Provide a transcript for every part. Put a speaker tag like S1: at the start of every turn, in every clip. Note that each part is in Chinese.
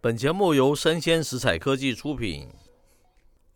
S1: 本节目由生鲜食材科技出品，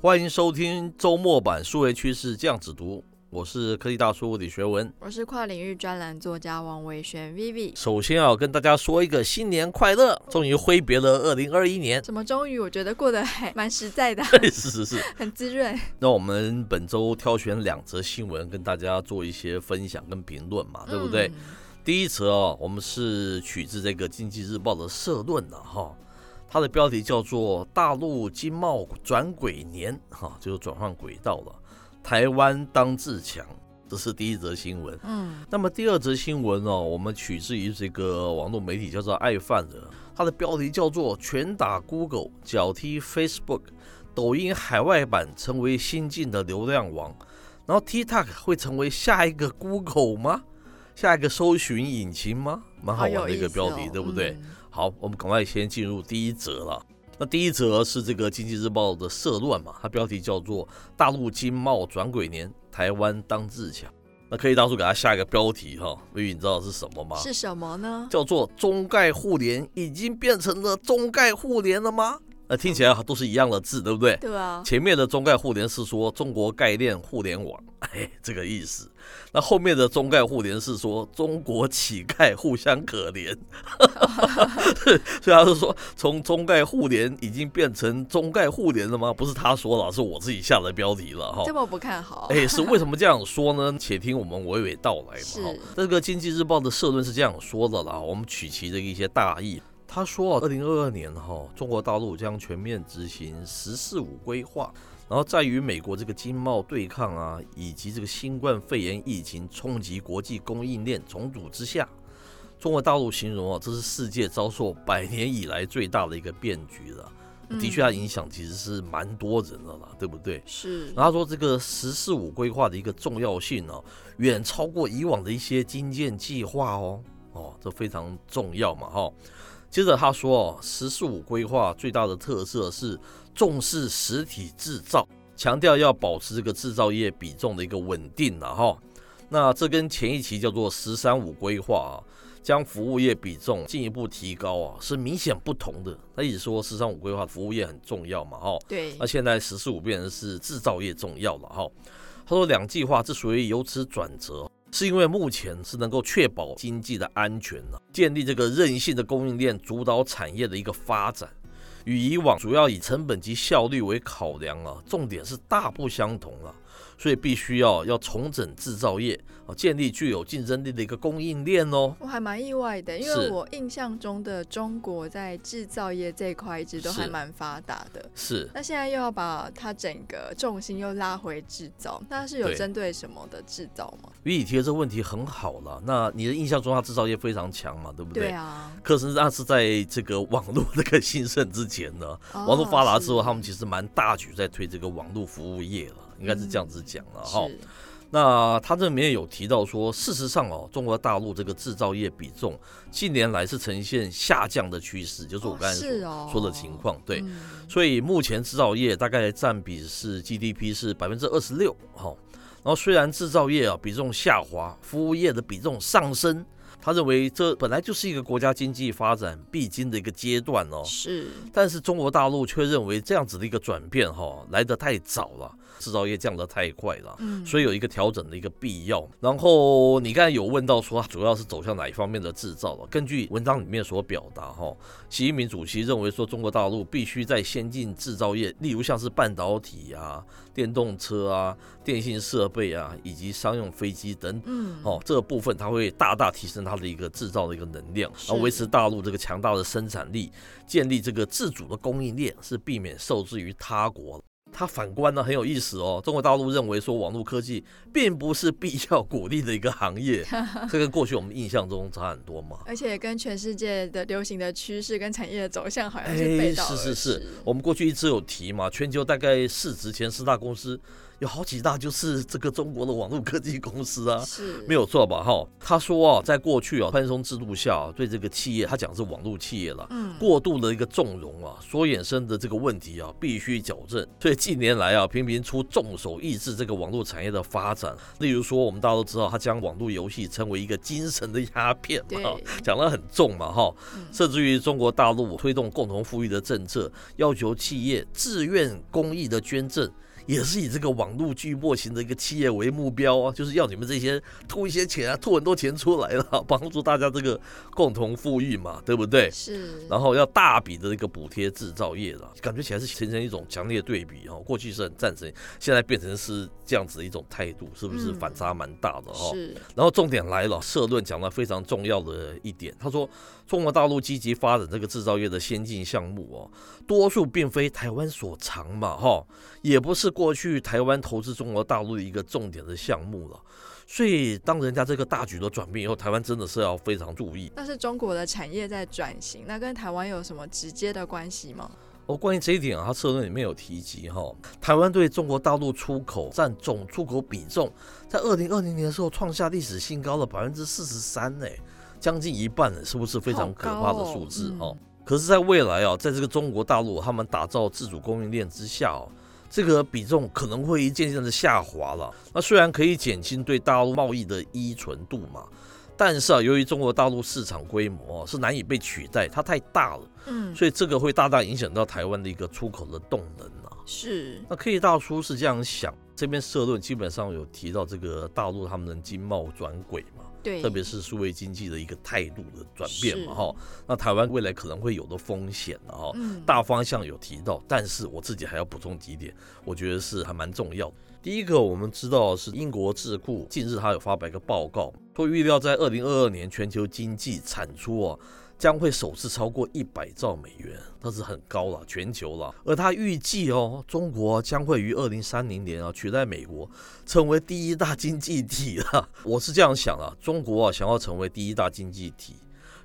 S1: 欢迎收听周末版数位趋势酱子读，我是科技大叔李学文。
S2: 我是跨领域专栏作家王维轩 Vivi。
S1: 首先要跟大家说一个新年快乐，终于挥别了二零二一年。
S2: 怎么终于我觉得过得还蛮实在的，
S1: 是是是，
S2: 很滋润。
S1: 那我们本周挑选两则新闻跟大家做一些分享跟评论嘛， 对不对？
S2: 嗯？
S1: 第一则哦，我们是取自这个《经济日报》的社论的哈，它的标题叫做《大陆经贸转轨年》哈，就是转换轨道了。台湾当自强，这是第一则新闻。
S2: 嗯，
S1: 那么第二则新闻哦，我们取自于这个网络媒体叫做爱犯人，它的标题叫做“拳打 Google，脚踢 Facebook”，抖音海外版成为新晋的流量王，然后 TikTok 会成为下一个 Google 吗？下一个搜寻引擎吗？蛮好玩的一个标题，
S2: 好有意思哦
S1: 对不对？
S2: 嗯
S1: 好，我们赶快先进入第一则了。那第一则是这个《经济日报》的社论嘛，它标题叫做《大陆经贸转轨年，台湾当自强》。那可以当初给它下一个标题哈，因为你知道是什么吗？
S2: 是什么呢？
S1: 叫做“中概互联已经变成了中概互联了吗？”那听起来都是一样的字，对不对？
S2: 对啊，
S1: 前面的中概互联是说中国概念互联网， 哎，这个意思。那后面的中概互联是说中国乞丐互相可怜， 所以他是说从中概互联已经变成中概互联了吗？不是他说了，是我自己下的标题了哈。
S2: 这么不看
S1: 哦
S2: 好。
S1: 哎，是 为什么这样说呢？且听我们娓娓道来
S2: 是
S1: 嘛。哈，这个《经济日报》的社论是这样说的啦，我们取其的一些大意。他说，啊二零二二年哈，中国大陆将全面执行“十四五”规划，然后在与美国这个经贸对抗啊，以及这个新冠肺炎疫情冲击国际供应链重组之下，中国大陆形容啊，这是世界遭受百年以来最大的一个变局了。
S2: 嗯
S1: 的确，它影响其实是蛮多人的啦，对不对？
S2: 是
S1: 然后他说这个“十四五”规划的一个重要性哦，远超过以往的一些基建计划哦，哦，这非常重要嘛哈、接着他说哦，“十四五”规划最大的特色是重视实体制造，强调要保持这个制造业比重的一个稳定了哈、那这跟前一期叫做“十三五”规划啊。将服务业比重进一步提高啊，是明显不同的。他一直说“十三五”规划服务业很重要嘛，哈、哦
S2: 对
S1: 那，现在“十四五”变成是制造业重要了哈。他说两计划之所以由此转折，是因为目前是能够确保经济的安全了、建立这个韧性的供应链，主导产业的一个发展。与以往主要以成本及效率为考量啊，重点是大不相同了、所以必须要要重整制造业啊，建立具有竞争力的一个供应链哦。
S2: 我还蛮意外的，因
S1: 是
S2: 为我印象中的中国在制造业这一块一直都还
S1: 是
S2: 蛮发达的。
S1: 是，
S2: 那现在又要把它整个重心又拉回制造，那是有
S1: 对
S2: 针对什么的制造吗？
S1: 于你提的这个问题很好了。那你的印象中，它制造业非常强嘛，对不
S2: 对啊，
S1: 可是那是在这个网络那个兴盛之前呢，
S2: 哦
S1: 网络发达之后，他们其
S2: 实
S1: 实蛮大举在推这个网络服务业了，应该是这样子讲了哈。
S2: 嗯是
S1: 那他这里面有提到说，事实上哦，中国大陆这个制造业比重近年来是呈现下降的趋势，就是我
S2: 哦
S1: 刚才说,、
S2: 是哦
S1: 说的情况，对。
S2: 嗯
S1: 所以目前制造业大概占比是 GDP 是百分之二十六，哈。然后虽然制造业啊比重下滑，服务业的比重上升，他认为这本来就是一个国家经济发展必经的一个阶段哦。
S2: 是
S1: 但是中国大陆却认为这样子的一个转变哈、来得太早了，制造业降得太快了。
S2: 嗯，
S1: 所以有一个调整的一个必要。然后你刚才有问到说，主要是走向哪一方面的制造啊了？根据文章里面所表达，哈，习近平主席认为说，中国大陆必须在先进制造业，例如像是半导体啊、电动车啊、电信设备啊，以及商用飞机等。
S2: 嗯
S1: 哦，这个部分它会大大提升它的一个制造的一个能量，
S2: 是
S1: 然后维持大陆这个强大的生产力，建立这个自主的供应链，是避免受制于他国。它反观呢很有意思哦，中国大陆认为说网络科技并不是必要鼓励的一个行业， 这跟过去我们印象中差很多嘛。
S2: 而且跟全世界的流行的趋势跟产业的走向好像
S1: 哎，
S2: 是背道
S1: 是
S2: 而
S1: 是是
S2: 驰，
S1: 我们过去一直有提嘛，全球大概市值前四大公司有好几大就是这个中国的网络科技公司啊，
S2: 是
S1: 没有错吧？哈，他说啊，在过去啊宽松制度下啊、对这个企业，他讲的是网络企业了。
S2: 嗯
S1: 过度的一个纵容啊，所衍生的这个问题啊，必须矫正。 所以近年来啊，频频出重手抑制这个网络产业的发展。例如说，我们大家都知道，他将网络游戏称为一个精神的鸦片嘛
S2: 对，
S1: 哈讲得很重嘛，哈
S2: 嗯。
S1: 甚至于中国大陆推动共同富裕的政策，要求企业自愿公益的捐赠。也是以这个网络巨擘型的一个企业为目标啊，就是要你们这些吐一些钱啊，吐很多钱出来了， 帮助大家这个共同富裕嘛，对不对？
S2: 是，
S1: 然后要大笔的一个补贴制造业了，感觉起来是形成一种强烈对比哦。过去是很赞成，现在变成是这样子的一种态度，是不是
S2: 嗯
S1: 反差蛮大的哈、哦？
S2: 是
S1: 然后重点来了，社论讲了非常重要的一点，他说中国大陆积极发展这个制造业的先进项目哦，多数并非台湾所长嘛哈、也不是过去台湾投资中国大陆的一个重点的项目了。所以当人家这个大局的转变以后，台湾真的是要非常注意。
S2: 那是中国的产业在转型，那跟台湾有什么直接的关系吗？
S1: 哦，关于这一点啊，他社论里面有提及哈、台湾对中国大陆出口占总出口比重，在二零二零年的时候创下历史新高的百分之四十三呢，将近一半呢，是不是非常可怕的数字哦
S2: 好高哦？
S1: 可是，在未来啊，在这个中国大陆他们打造自主供应链之下哦。这个比重可能会一渐渐的下滑了。那虽然可以减轻对大陆贸易的依存度嘛，但是啊，由于中国大陆市场规模、啊、是难以被取代，它太大了。
S2: 嗯，
S1: 所以这个会大大影响到台湾的一个出口的动能啊。
S2: 是
S1: 那 K 大叔是这样想，这边社论基本上有提到这个大陆他们的经贸转轨嘛，
S2: 对，
S1: 特别是数位经济的一个态度的转变嘛
S2: 是
S1: 哈。那台湾未来可能会有的风险啊哈。
S2: 嗯
S1: 大方向有提到，但是我自己还要补充几点，我觉得是还蛮重要的。第一个，我们知道是英国智库近日它有发表一个报告，说预料在二零二二年全球经济产出啊将会首次超过一百兆美元，那是很高了，全球了。而它预计哦，中国将会于二零三零年啊取代美国成为第一大经济体啊。 我是这样想啊，中国啊想要成为第一大经济体，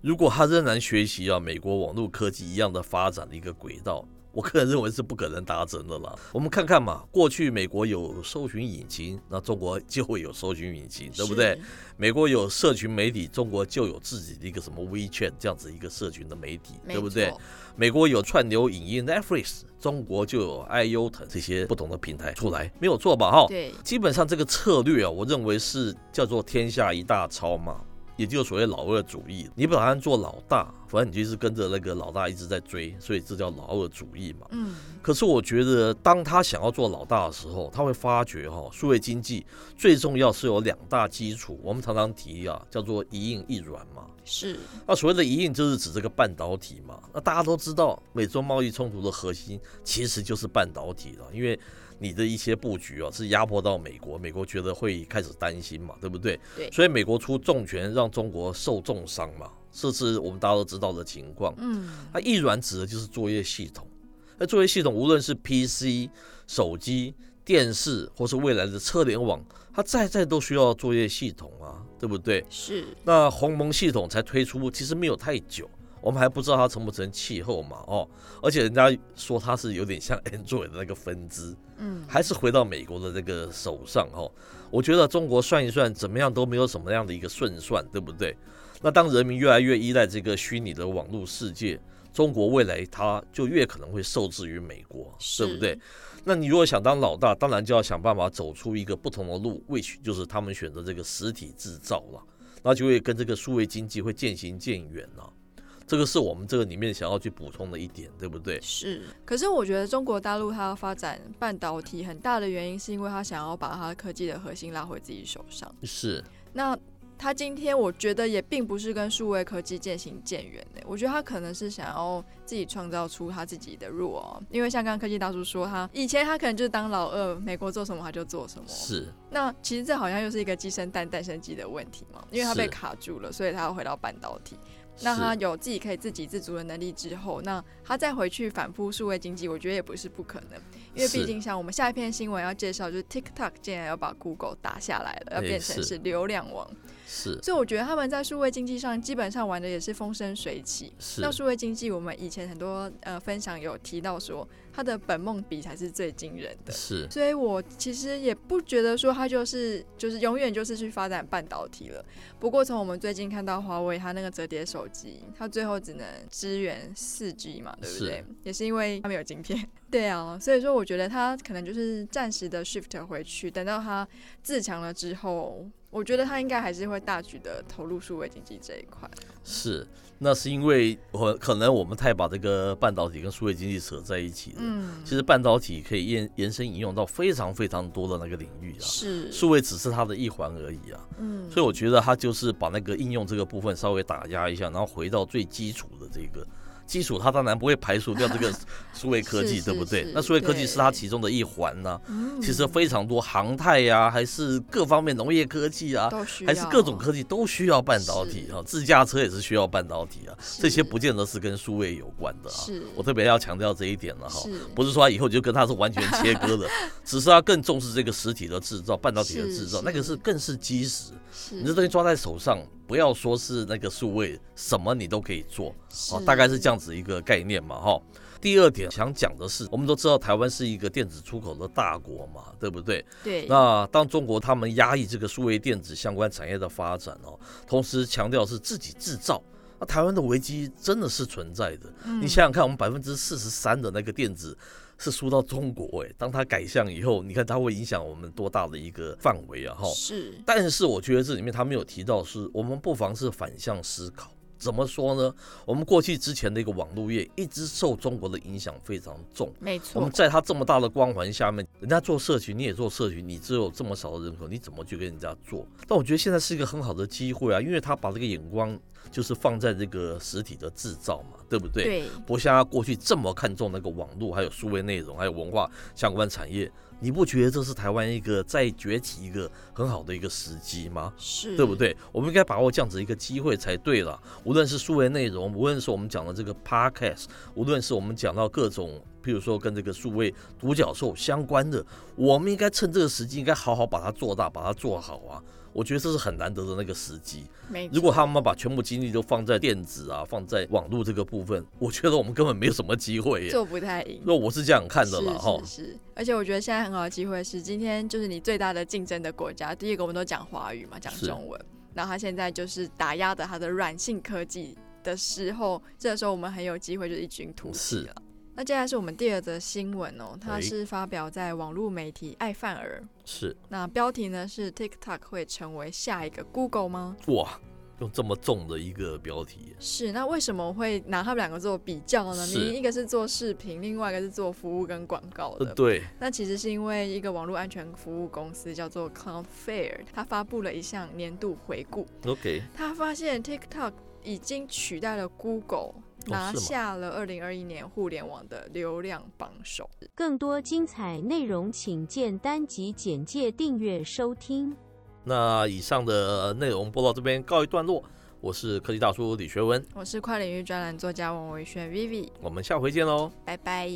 S1: 如果他仍然学习啊美国网络科技一样的发展的一个轨道，我个人认为是不可能达成的啦。我们看看嘛，过去美国有搜寻引擎，那中国就会有搜寻引擎，对不对？？美国有社群媒体，中国就有自己的一个什么 WeChat 这样子一个社群的媒体，
S2: 没
S1: 对不对？
S2: 错？
S1: 美国有串流影音 Netflix，中国就有 IU 腾这些不同的平台出来，没有错吧？哈，
S2: 对，
S1: 基本上这个策略啊，我认为是叫做天下一大抄嘛，也就是所谓老二主义。你把它做老大，反正你就是跟着那个老大一直在追，所以这叫老二主义嘛。
S2: 嗯，
S1: 可是我觉得，当他想要做老大的时候，他会发觉哈、数位经济最重要是有两大基础。我们常常提啊，叫做一硬一软嘛。
S2: 是
S1: 那所谓的一硬就是指这个半导体嘛。那大家都知道，美中贸易冲突的核心其实就是半导体了，因为你的一些布局啊是压迫到美国，美国觉得会开始担心嘛，对不对？
S2: 对
S1: 所以美国出重拳让中国受重伤嘛，这是我们大家都知道的情况。
S2: 嗯，
S1: 它易软指的就是作业系统。那作业系统无论是 PC、手机、电视，或是未来的车联网，它在在都需要作业系统啊，对不对？
S2: 是
S1: 那鸿蒙系统才推出，其实没有太久，我们还不知道它成不成气候嘛，哦，而且人家说它是有点像 Android 的那个分支，
S2: 嗯，
S1: 还是回到美国的那个手上哦。我觉得中国算一算，怎么样都没有什么样的一个胜算，对不对？那当人民越来越依赖这个虚拟的网络世界，中国未来它就越可能会受制于美国，对不
S2: 是
S1: 对？那你如果想当老大，当然就要想办法走出一个不同的路，which 就是他们选择这个实体制造了，那就会跟这个数位经济会渐行渐远了、这个是我们这个里面想要去补充的一点，对不对？
S2: 是，可是我觉得中国大陆它发展半导体很大的原因，是因为它想要把它科技的核心拉回自己手上。
S1: 是，
S2: 那它今天我觉得也并不是跟数位科技渐行渐远的，我觉得它可能是想要自己创造出它自己的路哦。因为像刚刚科技大叔说，他以前他可能就是当老二，美国做什么他就做什么。
S1: 是，
S2: 那其实这好像又是一个鸡生蛋，蛋生鸡的问题嘛，因为它被
S1: 是
S2: 卡住了，所以它要回到半导体。那
S1: 是
S2: 他有自己可以自给自足的能力之后，那他再回去反扑数位经济，我觉得也不是不可能，因为
S1: 是
S2: 毕竟像我们下一篇新闻要介绍，就是 TikTok 竟然要把 Google 打下来了，要
S1: 哎
S2: 变成
S1: 是
S2: 是流量网，
S1: 是
S2: 所以我觉得他们在数位经济上基本上玩的也是风生水起。
S1: 是
S2: 那数位经济，我们以前很多呃分享有提到说，它的本梦比才是最惊人的。
S1: 是
S2: 所以我其实也不觉得说它就是就是永远就是去发展半导体了。不过从我们最近看到华为它那个折叠手机，它最后只能支援四 G 嘛，对不对
S1: 是？
S2: 也是因为它没有晶片。对啊，所以说我觉得它可能就是暂时的 shift 回去，等到它自强了之后。我觉得它应该还是会大举的投入数位经济这一块，
S1: 是，那是因为我可能我们太把这个半导体跟数位经济扯在一起了。
S2: 嗯
S1: 其，实半导体可以延延伸应用到非常非常多的那个领域啊，
S2: 是，
S1: 数位只是它的一环而已啊。
S2: 嗯，
S1: 所以我觉得它就是把那个应用这个部分稍微打压一下，然后回到最基础的这个基础，它当然不会排除掉这 个数位科技，
S2: 是
S1: 对不对
S2: 是？
S1: 那数位科技是它其中的一环呐、
S2: 嗯
S1: 其实非常多航太呀、还是各方面农业科技啊，
S2: 都需要，
S1: 还是各种科技都需要半导体
S2: 是
S1: 啊，自驾车也是需要半导体啊，
S2: 是
S1: 这些不见得是跟数位有关的啊。
S2: 是
S1: 我特别要强调这一点了哈。
S2: 是
S1: 不是说它以后就跟它是完全切割 的，只是它更重视这个实体的制造、半导体的
S2: 是
S1: 制造，
S2: 是
S1: 那个是更是基石。
S2: 是，
S1: 你这东西抓在手上，不要说是那个数位，什么你都可以做，哦
S2: 是，
S1: 大概是这样子一个概念嘛，哈。第二点想讲的是，我们都知道台湾是一个电子出口的大国嘛，对不对？
S2: 对，
S1: 那当中国他们压抑这个数位电子相关产业的发展哦，同时强调是自己制造，那台湾的危机真的是存在的。
S2: 嗯
S1: 你想想看，我们百分之四十三的那个电子是输到中国，诶，当它改向以后，你看它会影响我们多大的一个范围啊？哈，
S2: 是
S1: 但是我觉得这里面他没有提到是，我们不妨是反向思考。怎么说呢？我们过去之前的一个网络业一直受中国的影响非常重。
S2: 没
S1: 我
S2: 错
S1: 们，在它这么大的光环下面，人家做社群，你也做社群，你只有这么少的人口，你怎么去跟人家做？但我觉得现在是一个很好的机会啊，因为他把这个眼光就是放在这个实体的制造嘛，对不对？
S2: 对，
S1: 不像他过去这么看重那个网络，还有数位内容，还有文化相关产业，你不觉得这是台湾一个再崛起一个很好的一个时机吗？
S2: 是，
S1: 对不？对？我们应该把握这样子一个机会才对了。无论是数位内容，无论是我们讲的这个 podcast，无论是我们讲到各种，譬如说跟这个数位独角兽相关的，我们应该趁这个时机，应该好好把它做大，把它做好啊！我觉得这是很难得的那个时机。
S2: 没错，
S1: 如果他们把全部精力都放在电子啊，放在网络这个部分，我觉得我们根本没有什么机会耶。
S2: 做不太赢。
S1: 那我是这样看的
S2: 是
S1: 啦，哈
S2: 是，是，而且我觉得现在很好的机会是，今天就是你最大的竞争的国家，第一个我们都讲华语嘛，讲
S1: 是
S2: 中文，然后他现在就是打压的他的软性科技的时候，这时候我们很有机会就是异军突起
S1: 是
S2: 了。那接下来是我们第二则新闻哦，它
S1: 哎
S2: 是发表在网络媒体爱范儿，
S1: 是
S2: 那标题呢是 TikTok 会成为下一个 Google 吗？
S1: 哇，用这么重的一个标题，
S2: 是，那为什么会拿他们两个做比较呢？
S1: 是
S2: 你一个是做视频，另外一个是做服务跟广告
S1: 呃
S2: 的。
S1: 对，
S2: 那其实是因为一个网络安全服务公司叫做 Cloudflare，它发布了一项年度回顾，
S1: OK，
S2: 它发现 TikTok 已经取代了 Google，拿
S1: 哦是吗
S2: 下了2021年互联网的流量榜首。
S3: 更多精彩内容，请见单集简介、订阅收听。
S1: 那以上的内容播到这边告一段落，我是科技大叔李学文，
S2: 我是跨领域专栏作家王维轩 Vivi，
S1: 我们下回见喽。
S2: 拜拜。